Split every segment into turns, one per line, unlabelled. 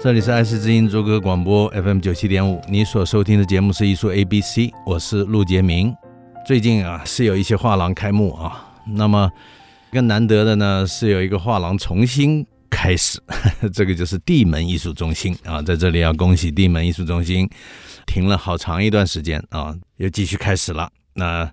这里是爱思之音逐歌广播 FM 九七点五，你所收听的节目是艺术 ABC，我是陆杰明。最近啊，是有一些画廊开幕啊，那么更难得的呢，是有一个画廊重新开始， 这个就是地门艺术中心啊，在这里要恭喜地门艺术中心停了好长一段时间啊，又继续开始了。那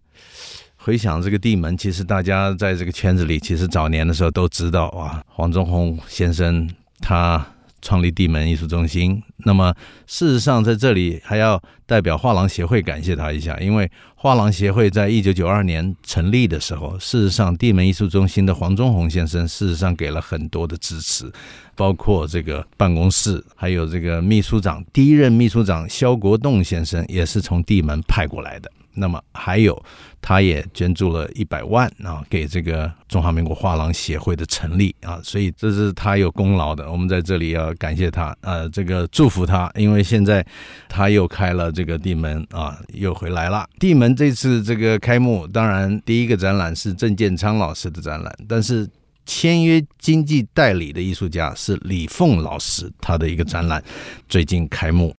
回想这个地门，其实大家在这个圈子里，其实早年的时候都知道啊，黄宗宏先生他。创立地门艺术中心。那么，事实上在这里还要代表画廊协会感谢他一下，因为画廊协会在一九九二年成立的时候，事实上地门艺术中心的黄宗宏先生事实上给了很多的支持，包括这个办公室，还有这个秘书长，第一任秘书长肖国栋先生也是从地门派过来的。那么还有，他也捐助了一百万啊，给这个中华民国画廊协会的成立啊，所以这是他有功劳的，我们在这里要感谢他，呃，这个祝福他，因为现在他又开了这个地门啊，又回来了。地门这次这个开幕，当然第一个展览是郑建昌老师的展览，但是。签约经济代理的艺术家是李凤老师，他的一个展览最近开幕。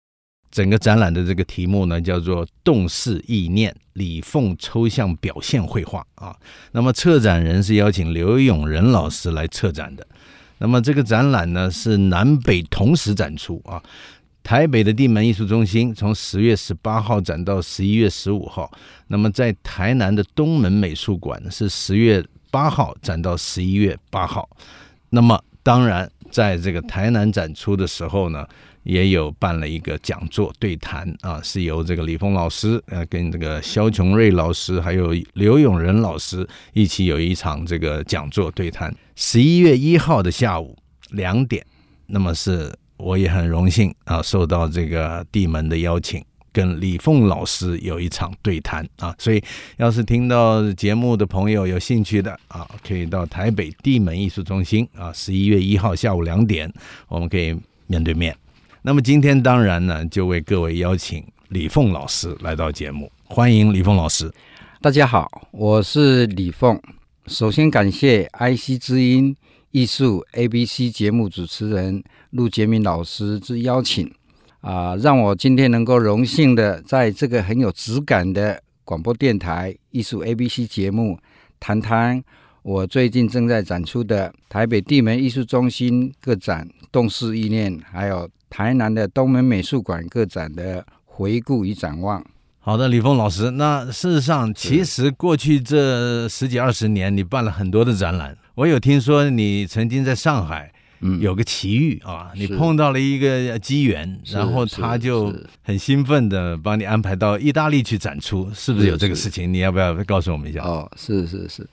整个展览的这个题目呢，叫做“动视意念：李凤抽象表现绘画”啊。那么策展人是邀请刘永仁老师来策展的。那么这个展览呢，是南北同时展出啊。台北的地门艺术中心从十月十八号展到十一月十五号，那么在台南的东门美术馆是十月八号展到十一月八号。那么当然，在这个台南展出的时候呢。也有办了一个讲座对谈啊，是由这个李峰老师呃跟这个肖琼瑞老师还有刘永仁老师一起有一场这个讲座对谈。十一月一号的下午两点，那么是我也很荣幸啊，受到这个地门的邀请。跟李凤老师有一场对谈啊，所以要是听到节目的朋友有兴趣的啊，可以到台北地门艺术中心啊，十一月一号下午两点，我们可以面对面。那么今天当然呢，就为各位邀请李凤老师来到节目，欢迎李凤老师。
大家好，我是李凤。首先感谢 IC 之音艺术 ABC 节目主持人陆杰明老师之邀请，啊、让我今天能够荣幸的在这个很有质感的广播电台艺术 ABC 节目谈谈我最近正在展出的台北地门艺术中心个展《动视意念》，还有台南的东门美术馆个展的回顾与展望。
好的，李凤老师，那事实上，其实过去这十几二十年，你办了很多的展览。我有听说你曾经在上海
嗯，
有个奇遇啊，你
是
碰到了一个机缘，
是
然后
是
他就是很兴奋的帮你安排到意大利去展出，是不是
是
有这个
是
事情？你要不要告诉我们一下？
哦，是是是，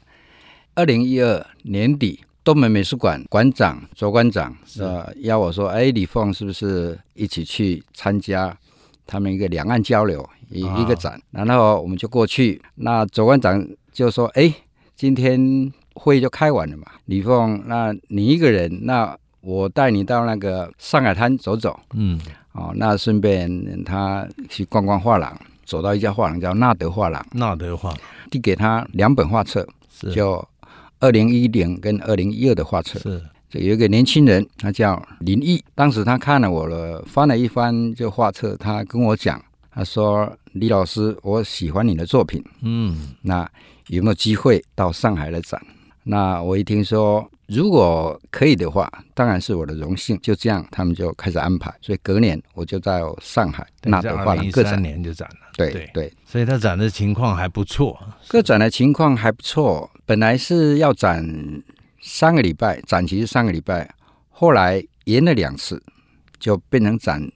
二零一二年底，东门美术馆馆长卓馆长呃邀我说，哎，李凤是不是一起去参加他们一个两岸交流一、
啊
一个展？然后我们就过去，那卓馆长就说，哎，今天会就开完了嘛，李凤，那你一个人，那我带你到那个上海滩走走。
嗯，
哦，那顺便他去逛逛画廊，走到一家画廊叫纳德画廊，
纳德画
递给他两本画册，
是
就二零一零跟二零一二的画册，
是
就有一个年轻人，他叫林毅。当时他看了我了，翻了一翻这画册，他跟我讲，他说：“李老师，我喜欢你的作品，
嗯
那有没有机会到上海来展？”那我一听说，如果可以的话，当然是我的荣幸。就这样，他们就开始安排。所以隔年我就在上海纳德画
二零
廊
一
个展
三，年就展了，对
对对，
所以他展的情况还不错。
个展的情况还不错，本来是要展三个礼拜，展期是三个礼拜，后来延了两次，就变成展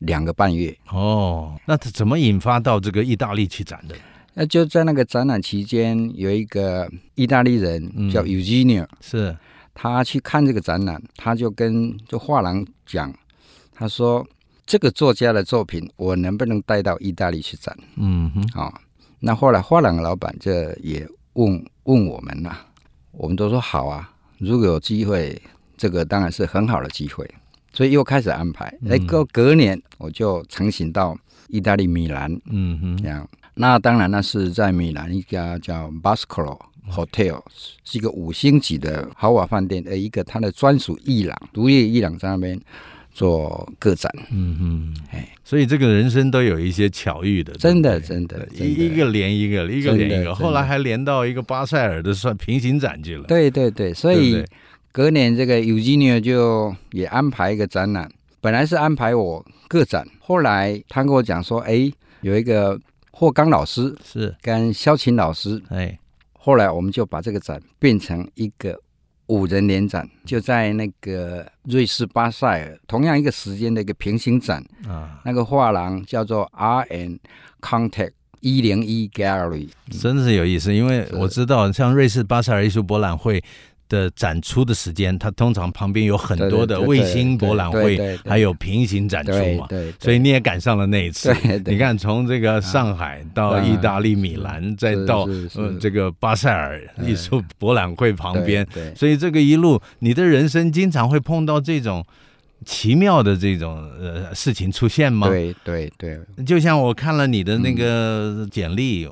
两个半月。
哦，那他怎么引发到这个意大利去展的？
那就在那个展览期间，有一个意大利人叫
嗯
Eugenio，、
是
他去看这个展览，他就跟这画廊讲，他说这个作家的作品我能不能带到意大利去展
嗯哼，
啊、那后来画廊的老板这也问问我们啦、我们都说好啊，如果有机会，这个当然是很好的机会，所以又开始安排。哎、
嗯
隔隔年我就成行到意大利米兰
嗯哼，
这样。那当然，那是在米兰一家叫 Bascolo Hotel，是一个五星级的豪华饭店，呃，一个它的专属伊朗独立伊朗在那边做个展，
嗯哼
哎，
所以这个人生都有一些巧遇的，
真
对不
的，
嗯对
真的，真的
一一个连一个，一个
真的
连一
真
个，
的
后来还连到一个巴塞尔的算平行展去了，
对对对，所
对不对，
以隔年这个 Eugenio 就也安排一个展览，本来是安排我个展，后来他跟我讲说，哎，有一个霍刚老师
是，
跟萧琴老师
哎，
后来我们就把这个展变成一个五人联展，就在那个瑞士巴塞尔，同样一个时间的一个平行展，
啊，
那个画廊叫做 R N Contact 一零一 Gallery。
真的是有意思，因为
是
我知道像瑞士巴塞尔艺术博览会的展出的时间，它通常旁边有很多的
对对对
卫星博览
对
会，
对对
还有平行展出
对
嘛，
对，对
所以你也赶上了那一次。
对对啊
你看，从这个上海到意大利米兰，再到
是是
呃这个巴塞尔艺术博览会旁边，
对
所以这个一路你的人生经常会碰到这种奇妙的这种呃事情出现吗？
对对对，
就像我看了你的那个
嗯
简历，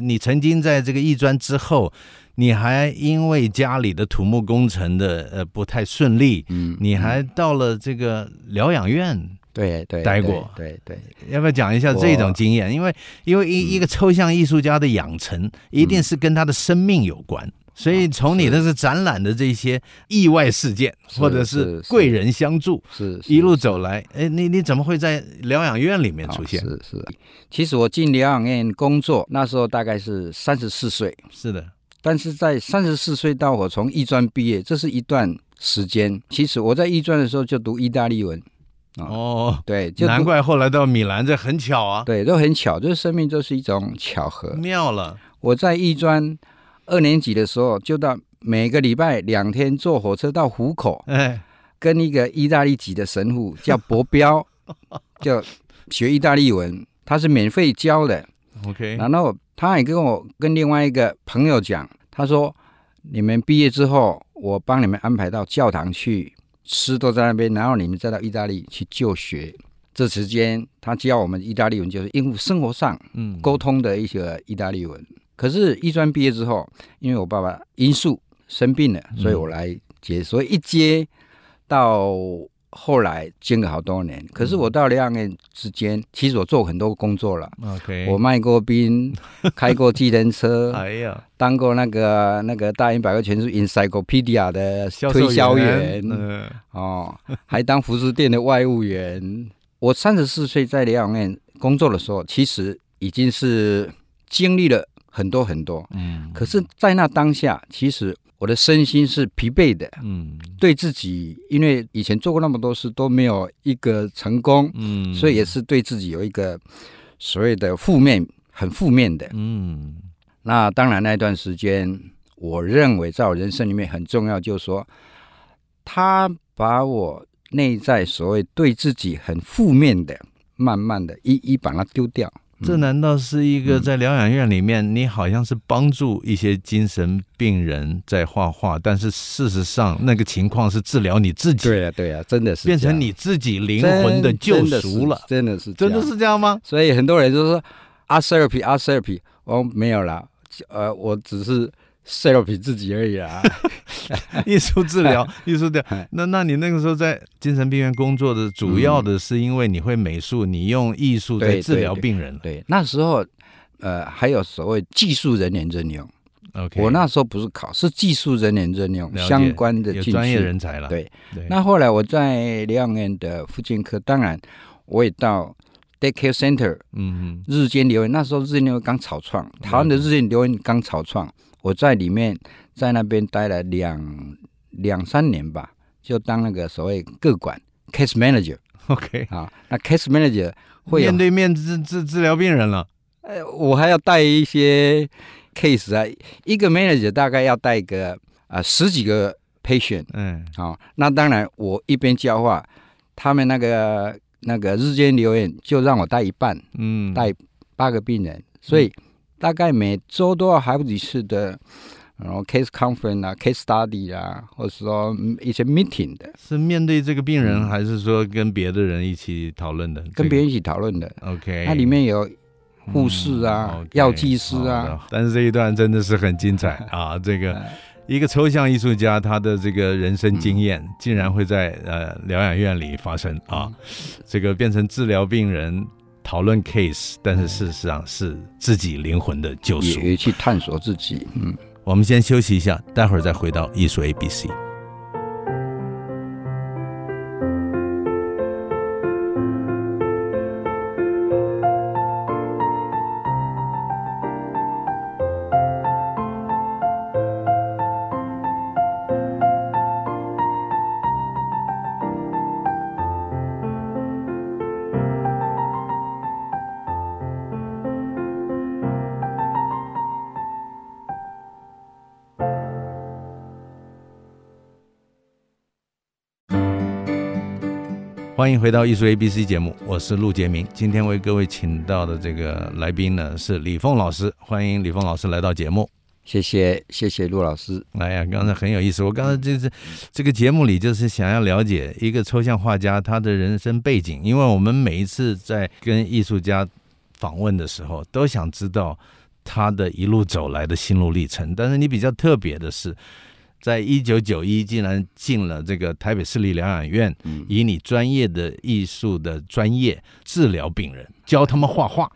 你曾经在这个艺专之后，你还因为家里的土木工程的呃不太顺利，
嗯，
你还到了这个疗养院，
对对
待过
对对对
要不要讲一下这种经验？因为因为
嗯
一一个抽象艺术家的养成，一定是跟他的生命有关。所以从你的这展览的这些意外事件，
是
或者
是
是
是
贵人相助，
是是
一路走来，哎，你你怎么会在疗养院里面
哦
出现？
是是，其实我进疗养院工作那时候大概是三十四岁，
是的，
但是在三十四岁到我从艺专毕业，这是一段时间。其实我在艺专的时候就读意大利文，
哦，
对，啊就读
难怪后来到米兰，这很巧啊，
对，都很巧，就是生命就是一种巧合。
妙了，
我在艺专二年级的时候，就到每个礼拜两天坐火车到湖口，
哎，
跟一个意大利籍的神父叫博彪，就学意大利文，他是免费教的。
，OK，
然后他也跟我跟另外一个朋友讲，他说你们毕业之后，我帮你们安排到教堂去，师都在那边，然后你们再到意大利去就学。这时间他教我们意大利文，就是应付生活上
嗯，
沟通的一些意大利文。可是，艺专毕业之后，因为我爸爸因素生病了，所以我来接，所以一接到后来间隔好多年。
嗯
可是我到疗养院之间，其实我做很多工作了。
，OK，
我卖过冰，开过计程车，
哎呀，
当过那个那个大英百科全书 Encyclopedia 的
销售
推销员，
嗯，
哦，还当服饰店的外务员。我三十四岁在疗养院工作的时候，其实已经是经历了很多很多。
嗯，
可是，在那当下，其实我的身心是疲惫的，
嗯
对自己，因为以前做过那么多事都没有一个成功，
嗯，
所以也，是对自己有一个所谓的负面，很负面的。
嗯
那当然，那段时间，我认为在我人生里面很重要，就是说，他把我内在所谓对自己很负面的，慢慢的一一把它丢掉。
这难道是一
嗯
个在疗养院里面，你好像是帮助一些精神病人在画画，但是事实上那个情况是治疗你自己，
对呀、啊对呀、真的是
变
这样
成你自己灵魂的救赎了，
真的是
真的
这样。
是这样 吗？
所以很多人就说啊 therapy 啊 therapy，哦没有啦，呃我只是 therapy 自己而已 啦。
艺术治 疗，艺术治疗
哎。嗯
那那你那个时候在精神病院工作的主要的是因为你会美术，你用艺术在
对
治疗病人。
对，那时候呃还有所谓技术人员哦任用。
OK，
我那时候不是考，是技术人员任用
了解
相关的
有
进去。
专业人才了。
对，
对，
那后来我在疗养院的复健科，当然我也到 daycare center
嗯
日间留院，那时候日间留院刚草创，台湾的日间留院刚草创，我在里面在那边待了两两三年吧，就当那个所谓个管 case manager
，OK，
啊，那 case manager 会有
面对面治治治疗病人了。
呃，我还要带一些 case 啊，一个 manager 大概要带个啊、十几个 patient
嗯
好、那当然我一边教化，他们那个那个日间留言就让我带一半，
嗯，
带八个病人，所以大概每周都要好几次的，然后 case conference 啊，case study 啊，或者说嗯一些 meeting 的，
是面对这个病人，
嗯
还是说跟别的人一起讨论的？
跟
这个
别人一起讨论的。
OK，
它里面有护士啊、
嗯，OK，
药剂师啊
好，的但是这一段真的是很精 彩啊！这个
呃
一个抽象艺术家，他的这个人生经
嗯
验竟然会在呃疗养院里发生啊，这个变成治疗病人。讨论 case，但是事实上是自己灵魂的救赎
嗯也。也去探索自己，嗯。
我们先休息一下，待会儿再回到艺术 A B C。欢迎回到艺术 ABC 节目，我是陆杰明。今天为各位请到的这个来宾呢是李凤老师，欢迎李凤老师来到节目。
谢谢谢谢陆老师，
哎呀，刚才很有意思，我刚才就是这个节目里就是想要了解一个抽象画家他的人生背景，因为我们每一次在跟艺术家访问的时候，都想知道他的一路走来的心路历程。但是你比较特别的是，在一九九一竟然进了这个台北市立疗养院，
嗯
以你专业的艺术的专业治疗病人，教他们画 画，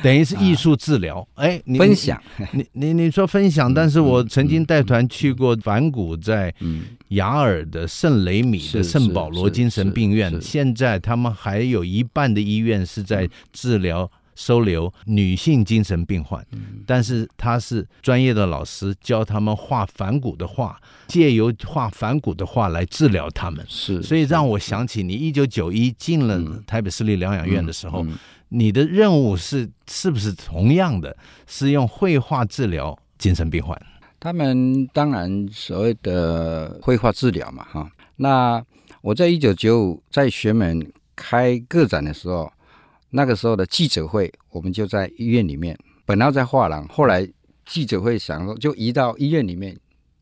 等于是艺术治疗。哎，你
分享，
你你你说分享，但是我曾经带团去过梵谷，在
嗯，
雅尔的圣雷米的
是
圣保罗
是
精神病院，
是嗯是
现在他们还有一半的医院是在治疗收留女性精神病患，
嗯
但是他是专业的老师教他们画梵谷的画，借由画梵谷的画来治疗他们。
是，嗯
所以让我想起你一九九一进了台北市立疗养院的时候，
嗯嗯
你的任务是是不是同样的，是用绘画治疗精神病患？
他们当然所谓的绘画治疗嘛，哈。那我在一九九五在学门开个展的时候，那个时候的记者会，我们就在医院里面，本来在画廊，后来记者会想说就移到医院里面，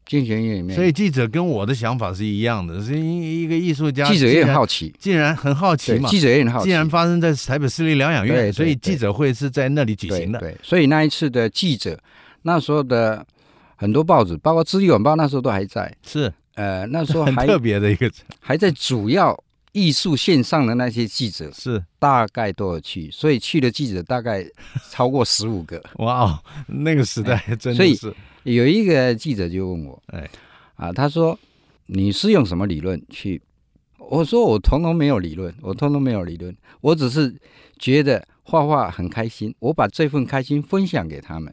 精神医院里面。
所以记者跟我的想法是一样的，是一一个艺术家，
记者也很好奇，
竟然，竟然很好奇
对，
嘛。
记者也很好奇，
既然发生在台北市立疗养
对
院，
对
所以
对
记者会是在那里举
对
行的。
对，所以那一次的记者，那时候的很多报纸，包括《资历晚报》那时候都还在，
是
呃，那时候
很
还
特别的一个，
还在主要艺术线上的那些记者，
是
大概都有去，所以去的记者大概超过十五个。
哇哦，那个时代真
所
的
以
是，
有一个记者就问我，
哎，
啊，他说你是用什么理论去？我说我通通没有理论，我通通没有理论，我只是觉得画画很开心，我把这份开心分享给他们，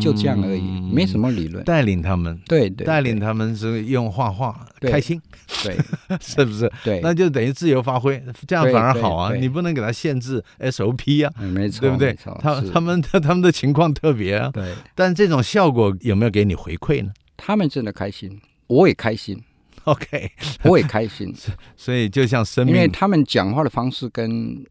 就这样而已，
嗯
没什么理论。
带领他们，
对对，
带领他们是用画画
对
开心，
对
是不是？
对，
那就等于自由发挥，这样
对
反而好啊！
对对
你不能给他限制 SOP 啊，
嗯没错，
对不对
没错？
他
是
他们他他们的 情况特别啊，
对
但这种效果有没有给你回馈呢
他们真的开心，我也开心，
？OK，
我也开心，
所以就像生
因为
命
他们讲话的方式跟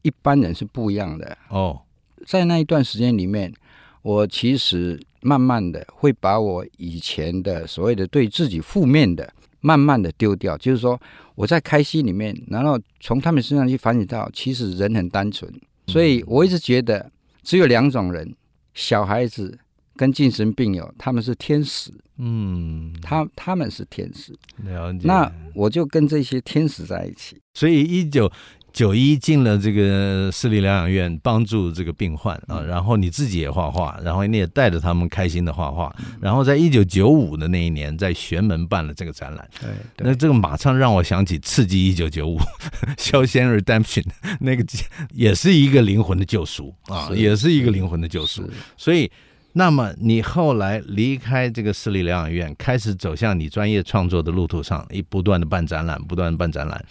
一般人是不一样的。
哦，
在那一段时间里面，我其实慢慢的会把我以前的所谓的对自己负面的，慢慢的丢掉。就是说，我在开心里面，然后从他们身上去反省到，其实人很单
嗯
纯。所以我一直觉得，只有两种人：小孩子跟精神病友，他们是天使，
嗯，
他他们是天使。
了解。
那我就跟这些天使在一起。
所以一九九一进了这个私立疗养院，帮助这个病患啊，
嗯
然后你自己也画画，然后你也带着他们开心的画画，
嗯
然后在一九九五的那一年，在玄门办了这个展览。
对
那这个马上让我想起《刺激一九九五》 《肖仙 Redemption》那个也是一个灵魂的救赎啊，
是
也是一个灵魂的救赎。所以，那么你后来离开这个私立疗养院，开始走向你专业创作的路途上，一不断的办展览，不断的办展览。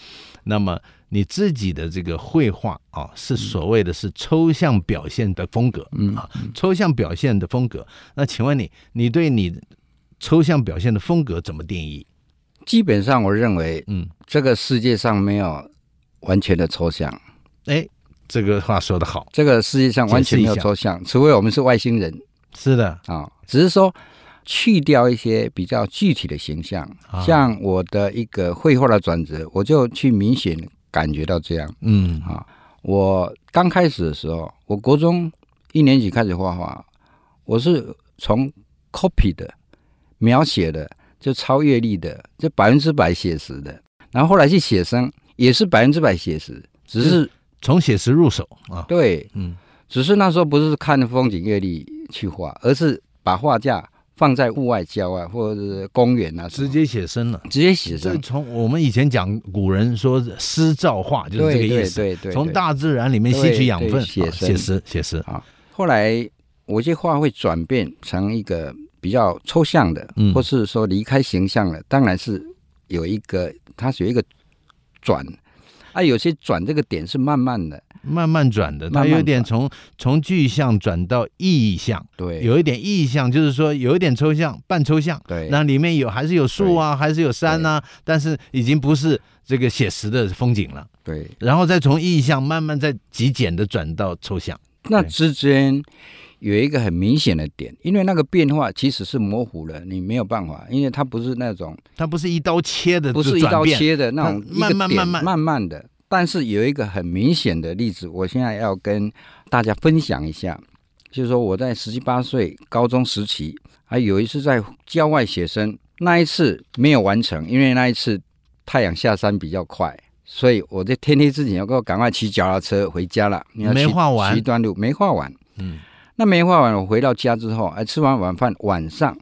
那么你自己的这个绘画啊，是所谓的是抽象表现的风格
嗯
啊，抽象表现的风格。那请问你，你对你抽象表现的风格怎么定义？
基本上我认为
嗯，
这个世界上没有完全的抽象，
哎，这个话说得好，
这个世界上完全没
解
有
释一下
抽象，除非我们是外星人
是的，
啊、只是说去掉一些比较具体的形象，
啊
像我的一个绘画的转折，我就去明显感觉到这样。
嗯
我刚开始的时候，我国中一年级开始画画，我是从 copy 的、描写的，就超阅历的，就百分之百写实的。然后后来去写生，也是百分之百写实，只是
从写实入手啊，
对，
嗯，
只是那时候不是看风景阅历去画，而是把画架放在户外、郊外或者是公园啊什么，
直接写生了。
直接写
这
生。
从我们以前讲古人说诗造化，就是这
对
个意
对
思。
对对，
从
对
大自然里面吸取养分，
对对
啊写
写生
实写实，
后来我这画会转变成一个比较抽象的，
嗯
或是说离开形象的，当然是有一个它是有一个转。啊，有些转这个点是慢慢的，
慢慢转的，它
慢慢
有点从从具象转到意象，
对，
有一点意象，就是说有一点抽象，半抽象，
对
那里面有还是有树啊，还是有山啊，但是已经不是这个写实的风景了，
对，
然后再从意象慢慢再极简的转到抽象，
那之间有一个很明显的点，因为那个变化其实是模糊了，你没有办法，因为它不是那种
它不是一刀切的，
不是一刀，切的那种
它
一个点，
慢慢慢慢
慢慢的。但是有一个很明显的例子，我现在要跟大家分享一下，就是说我在十七八岁高中时期，还有一次在郊外写生，那一次没有完成，因为那一次太阳下山比较快。所以我在天黑之前要给我赶快骑脚踏车回家了，你要骑
没画完
骑一段路没画完。
嗯，
那没画完，我回到家之后，哎，吃完晚饭，晚上，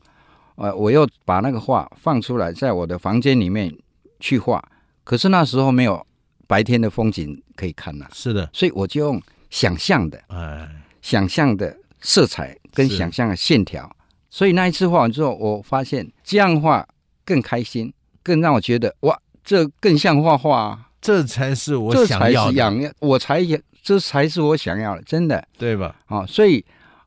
呃，我又把那个画放出来，在我的房间里面去画。可是那时候没有白天的风景可以看呐、
是的，
所以我就用想象的、
哎，
想象的色彩跟
是
想象的线条。所以那一次画完之后，我发现这样画更开心，更让我觉得哇，这更像画画、啊，
这才是我
这
想
才
要
是
的，
养，我才也这才是我想要的，真的。
对吧？
啊、所以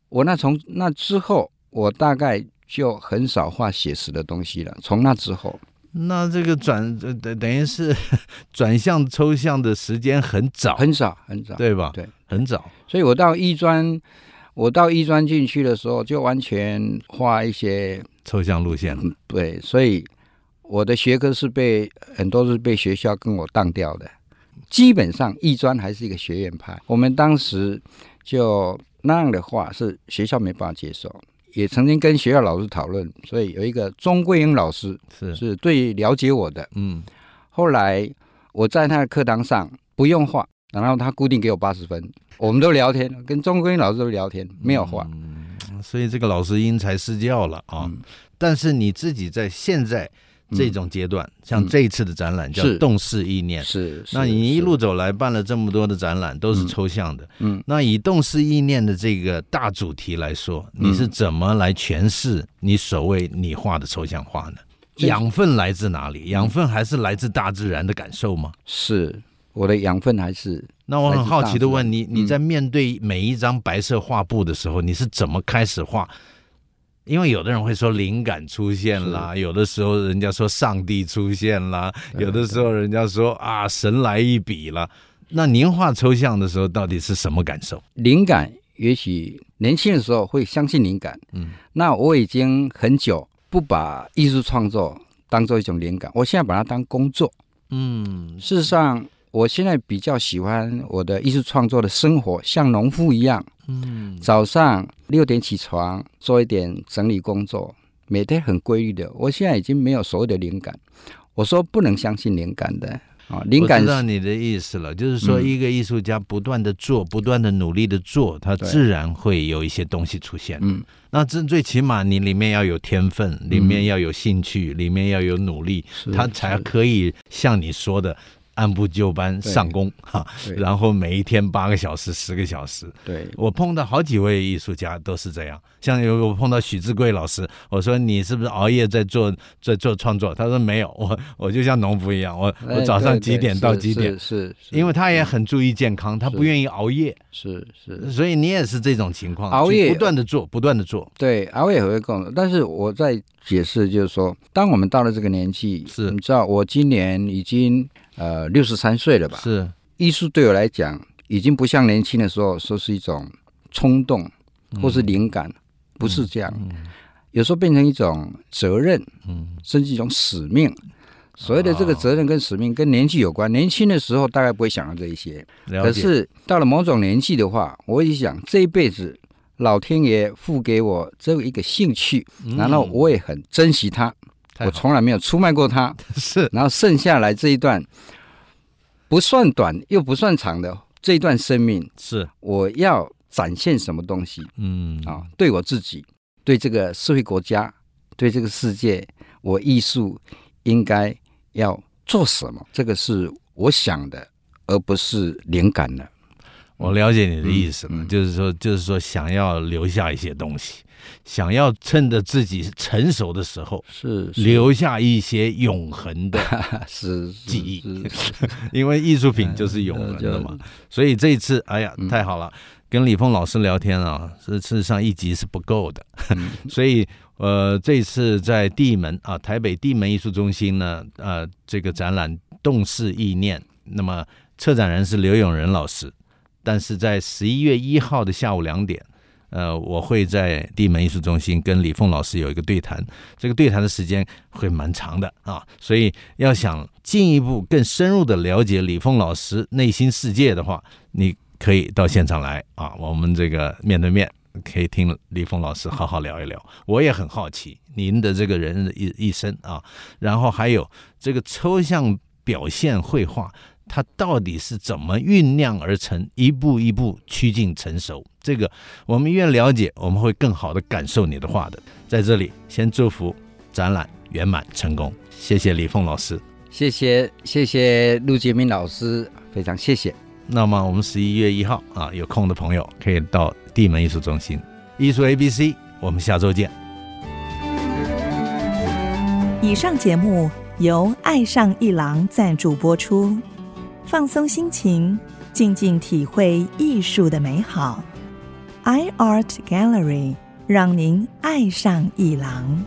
我那从那之后，我大概就很少画写实的东西了。从那之后，
那这个转呃等等于是 转向抽象的时间很早，
很少很少。，
对吧？
对，
很早。
所以我到艺专，我到艺专进去的时候，就完全画一些
抽象路线了
嗯对，所以我的学科是被很多是被学校跟我当掉的。基本上艺专还是一个学院派，我们当时就那样的话是学校没办法接受，也曾经跟学校老师讨论，所以有一个钟桂英老师，
是
是最了解我的。
嗯，
后来我在他的课堂上不用画，然后他固定给我八十分，我们都聊天，跟钟国英老师都聊天，没有画。
嗯所以这个老师因材施教了啊。
嗯
但是你自己在现在这种阶段，像这一次的展览叫
嗯
“
是
动视意念”，
是，是
那你一
是
路走来办了这么多的展览，都是
嗯
抽象的。
嗯
那以动视意念的这个大主题来说，
嗯
你是怎么来诠释你所谓你画的抽象画呢？
这
养分来自哪里？养分还是来自大自然的感受吗？
是我的养分还是
那我很好奇的问你，
来自大自然嗯
你在面对每一张白色画布的时候，你是怎么开始画？因为有的人会说灵感出现啦，有的时候人家说上帝出现啦，有的时候人家说啊神来一笔啦。那您画抽象的时候，到底是什么感受？
灵感？也许年轻的时候会相信灵感，
嗯，
那我已经很久不把艺术创作当做一种灵感，我现在把它当工作。
嗯，
事实上，我现在比较喜欢我的艺术创作的生活，像农夫一样。嗯，早上六点起床，做一点整理工作，每天很规律的。我现在已经没有所谓的灵感。我说不能相信灵感的啊，灵
我
感
知道
是
你的意思了，就是说
嗯
一个艺术家不断的做，不断的努力的做，他
对
自然会有一些东西出现。
嗯，
那这最起码你里面要有天分，里面要有兴趣，里面要有努力，
是
他才可以像你说的。按部就班
对
上工哈、
对
然后每一天八个小时、十个小时。
对
我碰到好几位艺术家都是这样，像有我碰到许志贵老师，我说你是不是熬夜在做在做创作？他说没有，我我就像农夫一样，我我
哎
早上
对
几
对
点到
是
几点
是，是，是
因为他也很注意健康，他不愿意熬夜，
是是，
所以你也是这种情况，
熬
去
夜
不断的做，不断的做，
对，熬夜也会共，但是我在解释就是说，当我们到了这个年纪，
是
你知道我今年已经呃六十三岁了吧？
是
艺术对我来讲，已经不像年轻的时候说是一种冲动或
嗯
是灵感，不是这样，有时候变成一种责任，
嗯，
甚至一种使命。所谓的
哦
这个责任跟使命跟年纪有关，年轻的时候大概不会想到这一些，
了
可
解，
是到了某种年纪的话，我一想这一辈子老天爷赋给我这一个兴趣，然后我也很珍惜它，
嗯太
我
好
从来没有出卖过它，
是
然后剩下来这一段不算短又不算长的这一段生命，
是，
我要展现什么东西
嗯
啊、对我自己，对这个社会国家，对这个世界，我艺术应该要做什么？这个是我想的，而不是灵感的。
我了解你的意思了，
嗯嗯
就是说，就是说，想要留下一些东西，想要趁着自己成熟的时候，
是
留下一些永恒的，
是
记忆
是是
因为艺术品就是永恒的嘛。所以这一次，哎呀，太好了，跟李峰老师聊天啊，是事实上一集是不够的， 所以呃，这次在地门啊，台北地门艺术中心呢，呃，这个展览《动视意念》，那么策展人是刘永仁老师，但是在十一月一号的下午两点。呃，我会在地门艺术中心跟李凤老师有一个对谈，这个对谈的时间会蛮长的啊，所以要想进一步更深入的了解李凤老师内心世界的话，你可以到现场来啊，我们这个面对面可以听李凤老师好好聊一聊。我也很好奇您的这个人的一一生啊，然后还有这个抽象表现绘画，它到底是怎么酝酿而成，一步一步趋近成熟？这个我们越了解，我们会更好的感受你的画的。在这里，先祝福展览圆满成功，谢谢李凤老师。
谢谢谢谢陆杰明老师，非常谢谢。
那么我们十一月一号啊，有空的朋友可以到地门艺术中心艺术 A B C，我们下周见。
以上节目由爱上一郎赞助播出，放松心情，静静体会艺术的美好。iArt Gallery 让您爱上一郎。